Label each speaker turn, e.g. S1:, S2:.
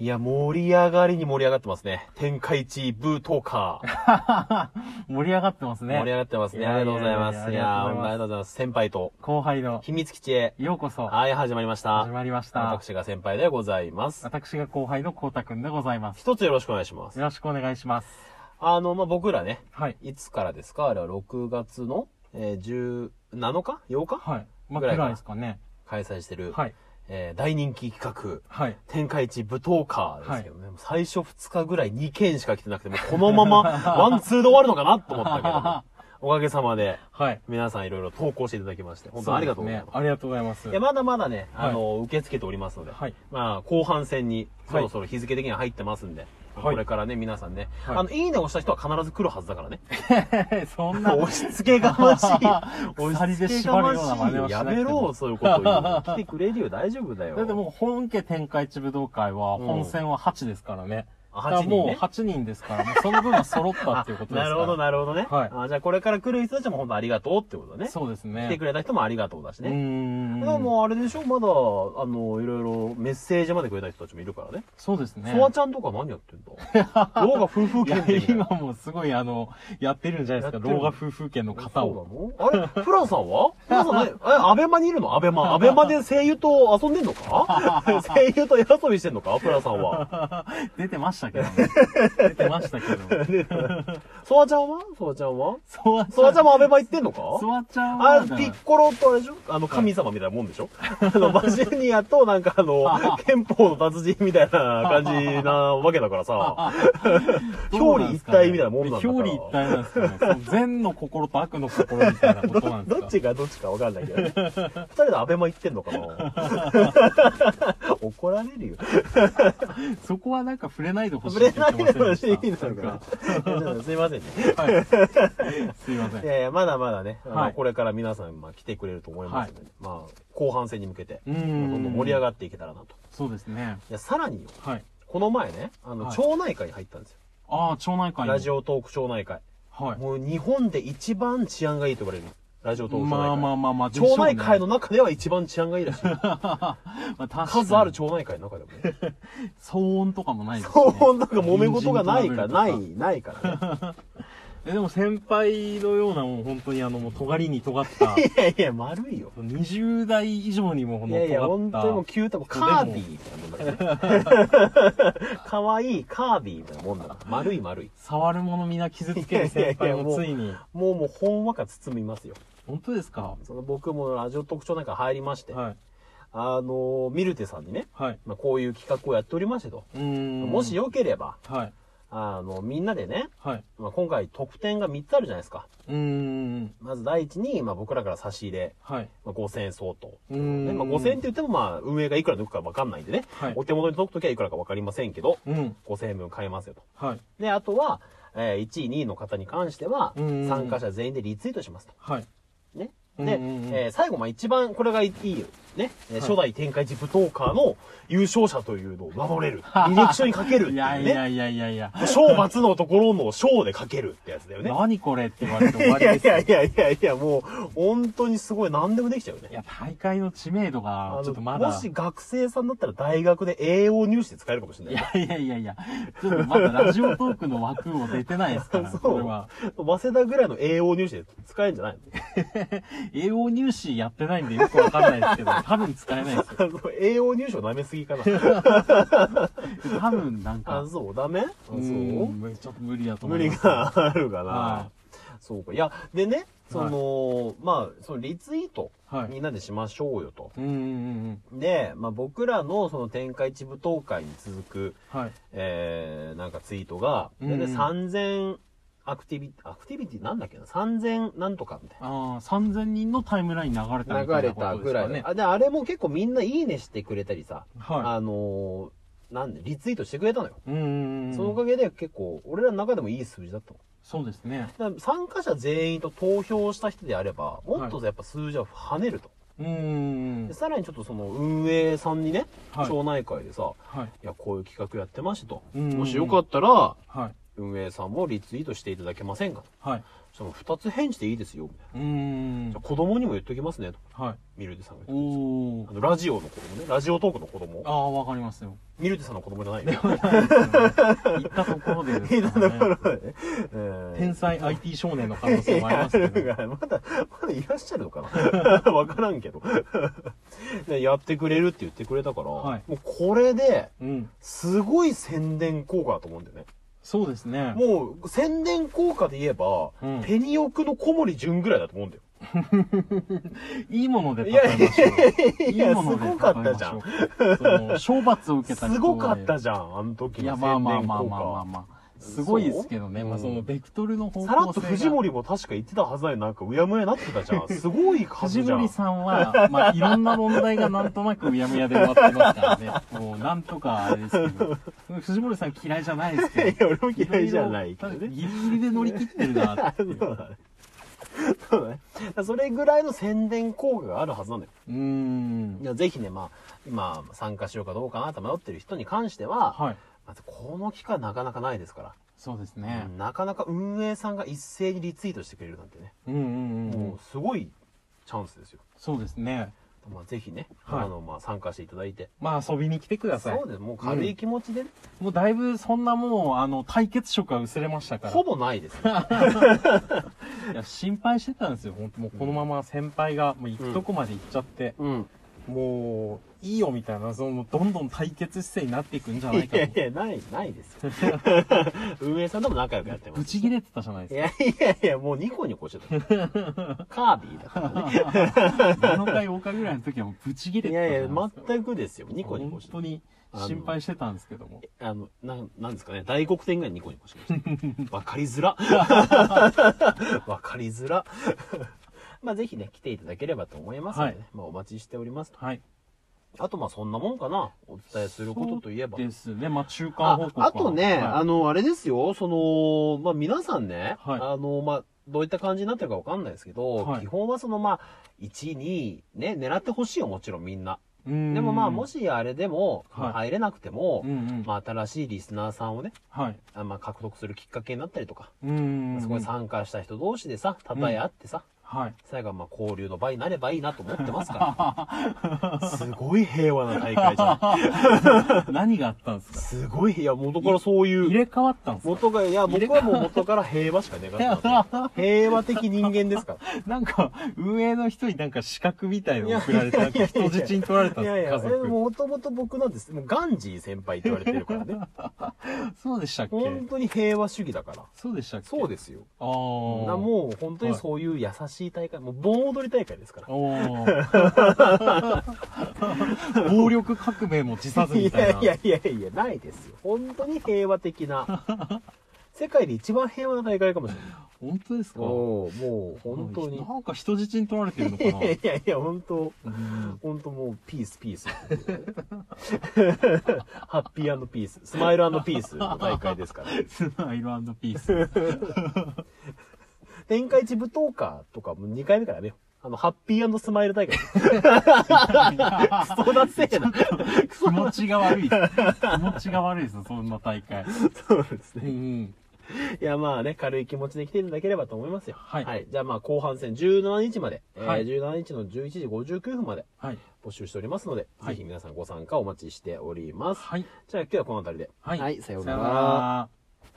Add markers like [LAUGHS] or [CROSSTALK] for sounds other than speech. S1: いや、盛り上がりに盛り上がってますね。天下一ブートーカー。
S2: [LAUGHS] 盛り上がってます [LAUGHS] ね。
S1: 盛り上がってますね。
S2: いや
S1: あ
S2: いや
S1: り
S2: い
S1: が
S2: や
S1: とうございます。い
S2: いや
S1: や、
S2: あ
S1: 本
S2: りがとうござ
S1: 当にありがとうご
S2: います
S1: ざいます。先輩と、
S2: 後輩の、
S1: 秘密基地へ。
S2: ようこそ、
S1: はい、始まりました
S2: 始。まりました。
S1: 私が先輩でございます。
S2: 私が後輩のこうたくんでございます。
S1: 一つよろしくお願いします
S2: よ。ろしくお願いします。
S1: あの、まあ、僕らね、
S2: はい。
S1: いつからですかあれは6月の、えー、17日 ?8 日
S2: はい。まあ、
S1: ぐらい
S2: く
S1: から
S2: いですかね。
S1: 開催してる、
S2: はい。
S1: えー大人気企画、
S2: はい。
S1: 天下一舞踏家ですけどね、もう最初2日ぐらい2件しか来てなくて、もうこのままワンツーで終わるのかなと思ったけども、
S2: [LAUGHS]
S1: おかげさまで
S2: はい。
S1: 皆さんいろいろ投稿していただきまして、本当ありがとうござい
S2: そで
S1: ます。
S2: ねありがとうございます
S1: いや、。まだまだね、あの、受け付けておりますので、
S2: はい。
S1: まあ、後半戦に、そ
S2: はい
S1: ろそろ日付的には入ってますんで、
S2: はい
S1: これからね、皆さんね、
S2: はい
S1: あの、いいね押した人は必ず来るはずだから
S2: [LAUGHS]
S1: ね。
S2: そんな、。
S1: [LAUGHS] 押し付けがましい押
S2: 鎖
S1: し
S2: で
S1: 付け
S2: 縛
S1: が
S2: るような真
S1: まし
S2: 似を
S1: い。
S2: し
S1: や
S2: なくても
S1: めろ、そういうこと言うの。来てくれるよ、大丈夫だよ。
S2: だってもう本家天下一武道会は、
S1: うん
S2: 本戦は8ですからね。
S1: あ
S2: だから
S1: 8人
S2: もう
S1: ね。
S2: 8人ですから、もうその分は揃ったっていうことですから。
S1: [LAUGHS] なるほど、なるほどね。
S2: はい
S1: あじゃあこれから来る人たちも本当ありがとうってことだね。
S2: そうですね。
S1: 来てくれた人もありがとうだし
S2: うー
S1: ね。
S2: ん。
S1: でももうあれでしょまだ、あの、いろいろメッセージまでくれた人たちもいるからね。
S2: そうですね。
S1: ソワちゃんとか何やってんだ老が夫婦
S2: い
S1: 権
S2: や
S1: で。
S2: [LAUGHS] 今もうすごいあの、やってるんじゃないですか、
S1: やってる
S2: 老婆夫婦権の方を。
S1: そうなのあれフラさんはフラさんね、え、アベマにいるのアベ
S2: [LAUGHS]
S1: マ。アベマで声優と遊んでんのか声優と夜遊びしてんのかフラさんは。
S2: [LAUGHS] 出てましたけどね。出てましたけ
S1: [LAUGHS]
S2: ど。
S1: ソワちゃんはソワちゃんは
S2: ソワち
S1: ソワち
S2: ゃ
S1: ゃ
S2: ん
S1: んもアベマ行ってんのか
S2: ソワちゃんは
S1: あ
S2: だか
S1: れ、
S2: ら
S1: ピッコロとあれでしょあの、神様みたいなもんでし
S2: [LAUGHS]
S1: ょあの、マジュニアとなんかあの、憲法の達人みたいな感じなわけだから [LAUGHS] さ、
S2: どう
S1: 表
S2: なん
S1: 裏
S2: で
S1: 一
S2: すかね
S1: 体みたいなもんなんだから。
S2: 表裏一体なんですかね。その善の心と悪の心みたいなことなんで
S1: [LAUGHS] ど
S2: すか
S1: っちがどっちかわかんないけどね。
S2: [LAUGHS]
S1: 二人でアベマ行ってんのかな
S2: [LAUGHS]
S1: 怒られるよ。
S2: そこはなんか触れないでほしい
S1: 触れ
S2: って言
S1: ない
S2: って
S1: で
S2: ません
S1: ほ
S2: で
S1: しい
S2: し
S1: の
S2: た
S1: か
S2: なんか。
S1: すいませんね。
S2: すいませ
S1: い
S2: ん。
S1: やいや、まだまだね、あの
S2: はい
S1: これから皆さんまあ来てくれると思いますので、まあ、後半戦に向けて、
S2: う
S1: ど
S2: ーん
S1: んどん盛り上がっていけたらなと。
S2: そうですね。
S1: いや、さらによ、
S2: はい。
S1: この前ね、あの、
S2: はい
S1: 町内会に入ったんですよ。
S2: ああ、町内会
S1: ラジ
S2: オ。
S1: オトーク町内会。
S2: はい。
S1: もう日本で一番治安がいいと言われる。ラジオトーク町内会。
S2: まあまあまあまあ、でしょうね
S1: 町内会の、中では一番治安がいいらしい。
S2: まあ、確かに
S1: 数ある町内会の中でもね。
S2: 騒音とかもないですしね
S1: そう、なんか揉め事がないから、
S2: 隣人と
S1: な
S2: ラブ
S1: い
S2: ルと、
S1: ないからね。
S2: えでも先輩のようなもう本当にあのもう尖りに尖った
S1: いやいや、丸いよ。
S2: 20代以上にもこ
S1: い
S2: の
S1: やいや、
S2: 尖
S1: 本
S2: った
S1: 当にもうキュートもカービィみたいなもんだからね。かわいいカービィみたいなもんだから。丸い丸い。
S2: 触るもの皆傷つける先輩もついに
S1: もうもうほんわか包みますよ。
S2: 本当ですか
S1: その僕もラジオ特徴なんか入りまして、
S2: はい
S1: あの、ミルテさんにね、
S2: はい
S1: まあ、こういう企画をやっておりましてと。
S2: うーん
S1: もしよければ、
S2: はい
S1: あの、みんなでね、
S2: はい
S1: まあ、今回特典が3つあるじゃないですか。
S2: うーん
S1: まず第一に、まあ、僕らから差し入れ、
S2: はい
S1: まあ、5000円相当。
S2: うーん
S1: ねまあ、5000円って言っても、まあ、運営がいくら抜くかわかんないんでね、
S2: はい
S1: お手元に届くときはいくらかわかりませんけど、
S2: うん
S1: 5000円分買えますよと。
S2: はい
S1: で、あとは、えー1位、2位の方に関しては、
S2: うん
S1: 参加者全員でリツイートしますと。
S2: はい
S1: ね。
S2: う
S1: で
S2: ん、うんうん
S1: えー最後、まあ一番、これがいいよ。ね。えー
S2: い
S1: 初代天下一武闘家の優勝者というのを名乗れ
S2: [LAUGHS]
S1: る。履歴書に書けるっていうね。
S2: いやいやいやいやいや
S1: 賞罰のところの賞で書けるってやつだよね。
S2: 何これって言われて終わ
S1: い
S2: り
S1: や
S2: で
S1: い
S2: すよ
S1: やいやいやいや、もう、本当にすごい、何でもできちゃうよ
S2: い
S1: ね。
S2: や大会の知名度が
S1: あ
S2: ちょ
S1: の
S2: っとまだ
S1: もし学生さんだったら大学で栄養入試で使えるかもしれないい。
S2: やいやいやいや、ちょっとまだラジオトークの枠を出てないで
S1: [LAUGHS]
S2: すから、これは。
S1: 早稲田ぐらいの栄養入試で使えるんじゃない
S2: 栄養入試やってないんでよくわかんないですけど、多分使えないです
S1: の [LAUGHS] そう栄養入試を舐めすぎかな。
S2: よ。多分なんか
S1: あ、、そう、ダメあそう
S2: うーんちょっと無理だと思
S1: 無理
S2: います。
S1: があるかな。
S2: は
S1: そうか。いや、でね、その、まあ、そのリツイート、
S2: はい
S1: みんなでしましょうよと。
S2: うーんうん
S1: で、まあ僕らのその天下一舞踏会に続く、
S2: うん。はい。
S1: えー、なんかツイートが、でね、
S2: うん
S1: 3000アクティビティ、アクティビティなんだっけな ?3000 なんとかみたいな。
S2: ああ、3000人のタイムラインに流れたみたい
S1: 流
S2: な
S1: れ
S2: こと
S1: た
S2: です
S1: ぐ
S2: からら
S1: いね
S2: ね。。
S1: あで、あれも結構みんないいねしてくれたりさ、
S2: は
S1: あのー、なんで、リツイートしてくれたのよ。
S2: い。うーんうんうん。
S1: そのおかげで結構、俺らの中でもいい数字だったの。
S2: そうですね。
S1: だから参加者全員と投票した人であれば、もっとやっぱ数字は跳ねると。
S2: うーん
S1: で。さらにちょっとその運営さんにね、
S2: はい
S1: 町内会でさ、
S2: はい。
S1: いや、こういう企画やってましてと。
S2: うん
S1: もしよかったら、
S2: はい。
S1: 運営さんもリツイートしていただけませんかと。
S2: はい。
S1: その2つ返事でいいですよ。みたいな
S2: うーん
S1: じゃ。あ子供にも言っときますね、と。
S2: はい。
S1: ミルデさんが言ってます
S2: お
S1: あ
S2: ー。
S1: のラジオの子供ね。ラジオトークの子供
S2: あ。あ、わかりますよ。
S1: ミルデさんの子供じゃないね。
S2: 行ったところ
S1: [LAUGHS]
S2: でです
S1: 変な
S2: から
S1: と
S2: ね
S1: ころでね。えー
S2: 天才 IT 少年の可能
S1: い
S2: 性もあり
S1: や
S2: ますけ
S1: [LAUGHS]
S2: ど。
S1: まだ、まだいらっしゃるのかなわからんけど。 [LAUGHS] でやってくれるって言ってくれたから、
S2: はい
S1: もうこれで、
S2: うん。
S1: すごい宣伝効果だと思うんだよね。
S2: そうですね。
S1: もう、宣伝効果で言えば、
S2: うん
S1: ペニオクの小森純ぐらいだと思うんだよ。
S2: いいもので例えましょう。
S1: いやいやいやいや
S2: もので例
S1: す
S2: えましょう
S1: ごかったじゃん。
S2: その、処罰を受けた人
S1: す
S2: へ
S1: ごかったじゃん、あの時
S2: いや、
S1: の宣伝効果。
S2: まあまあまあまあまあまあ。すごいですけどね。
S1: そう
S2: まあその、ベクトルの方向性
S1: さ
S2: が。
S1: らっと藤森も確か言ってたはずだよ。なんか、うやむやになってたじゃん。すごい数
S2: 藤
S1: じゃ
S2: 森
S1: ん。
S2: さん [LAUGHS] は、まあ、いろんな問題がなんとなくうやむやで終わってますからね。もう、なんとかあれですけど。藤森さん嫌いじゃないですけ
S1: い
S2: ど。
S1: や、俺も嫌いじゃないけ
S2: た
S1: ど
S2: だ
S1: ね
S2: ギ。リギリで乗り切ってるなっていう。
S1: そうだね。そうだね。それぐらいの宣伝効果があるはずなんだよ。
S2: [LAUGHS] うーん
S1: い。やぜひね、まあ、今、参加しようかどうかなと迷ってる人に関しては、
S2: はい。
S1: まずこの期間なかなかないですから、
S2: そうですね。
S1: なかなか運営さんが一斉にリツイートしてくれるなんてね、
S2: うんうんうんう
S1: も
S2: ん
S1: う。すごいチャンスですよ。
S2: そうですね。
S1: まあ、ぜひね、
S2: はい
S1: あの、まあ、参加していただいて。
S2: まあ遊びに来てください
S1: そう。です。もう軽い気持ちでね、
S2: もうだいぶそんなもう、あの、対決色は薄れましたから。
S1: ほぼないですね。
S2: いや、心配してたんですよ。本当もうこのまま先輩が、もう行くとこまで行っちゃって、
S1: うん。
S2: もう、いいよみたいな、その、どんどん対決姿勢になっていくんじゃない
S1: い
S2: か
S1: や
S2: と
S1: い。や、ない、ないです [LAUGHS] よ。運営さんとも仲良くやってます。
S2: ぶち切れてたじゃない
S1: い
S2: で
S1: やいやいや、もうニコニコ
S2: [LAUGHS]
S1: してた。カービィだからね。
S2: すか。7日、8日ぐらいの時はもうぶち切
S1: い
S2: れてたじゃな
S1: やい
S2: いですか。
S1: や、全くですよ。ニコニコ
S2: 本
S1: してた
S2: 当。に心配してたんですけども。
S1: あの、なん、なんですかね、大黒天ぐらいニコニコしてま
S2: [LAUGHS]
S1: した。わかりづら。 [LAUGHS] わかりづら。 [LAUGHS] まあ、ぜひね、来ていただければと思いますので、ね
S2: はい
S1: まあ、お待ちしておりますと。
S2: はい。
S1: あと、まあ、そんなもんかな。お伝えすることといえば
S2: そ。うですね。まあ中間報
S1: あ
S2: 告は
S1: あとね、
S2: はい
S1: あの、あれですよ、その、まあ、皆さんね、
S2: はい
S1: あの、まあ、どういった感じになってるかわかんないですけど、
S2: はい
S1: 基本はその、まあ、1位、2位、ね、狙ってほしいよ、もちろんみんな。
S2: うーん
S1: でもまあ、も、しあれでも、
S2: はい
S1: 入れなくても、
S2: うんうん。
S1: まあ、新しいリスナーさんをね、
S2: はい。
S1: あまあ、獲得するきっかけになったりとか、
S2: うーん。
S1: すごい参加した人同士でさ、たたえ合ってさ、
S2: はい。
S1: 最後はまあ交流の場になればいいなと思ってます
S2: [LAUGHS]
S1: から。すごい平和な大会じゃない
S2: 何があったんですか
S1: [LAUGHS] すごい、いや、元からそうい
S2: 入
S1: う、
S2: れ替わったんです
S1: 元が、いや、僕はもう元から平和しか願ってない。
S2: [LAUGHS] か
S1: 平和的人間ですか
S2: なんか、運営の人になんか資格みたいの送られて、なんか人質に取られ
S1: ら。
S2: た [LAUGHS] ん
S1: いやい
S2: です
S1: や、そ
S2: か家
S1: れ
S2: 族。
S1: もともと僕なんです。もうガンジー先輩って言われてるからね。
S2: そうでしたっけ
S1: 本当に平和主義だから。
S2: そうでしたっけ
S1: そうで
S2: で
S1: すよ。
S2: ああ。
S1: な
S2: も
S1: もう本当にそういう優しい大会、もう盆踊り大会ですから。
S2: おー暴力革命も辞さずみたいな。
S1: いやいやいやいや、ないですよ。本当に平和的な。世界で一番平和な大会かもしれない。
S2: 本当ですか
S1: おーもう本当に。
S2: なんか人質に取られてるの
S1: [LAUGHS]
S2: か
S1: いやい
S2: な
S1: やいや、本当、
S2: うん
S1: 本当もうピースピース。ハッピーピース、スマイルピースの大会ですから。
S2: スマイルピース。
S1: 天下一舞踏家とかも2回目からやめよう。あの、ハッピースマイル大会。クソだせえな。
S2: 気持ちが悪い。気持ちが悪いですよ、そんな大会。
S1: そうです
S2: うん
S1: ね。
S2: うん。
S1: いや、まあね、軽い気持ちで来ていただければと思いますよ。
S2: はい
S1: じゃあまあ、後半戦17日まで、えー
S2: はい
S1: 17日の11時59分まで
S2: はい。
S1: 募集しておりますので、
S2: はい
S1: ぜひ皆さんご参加お待ちしております。
S2: はい。
S1: じゃあ今日はこの辺りで。
S2: はい。
S1: はい、さような
S2: さよ
S1: ら。
S2: ら。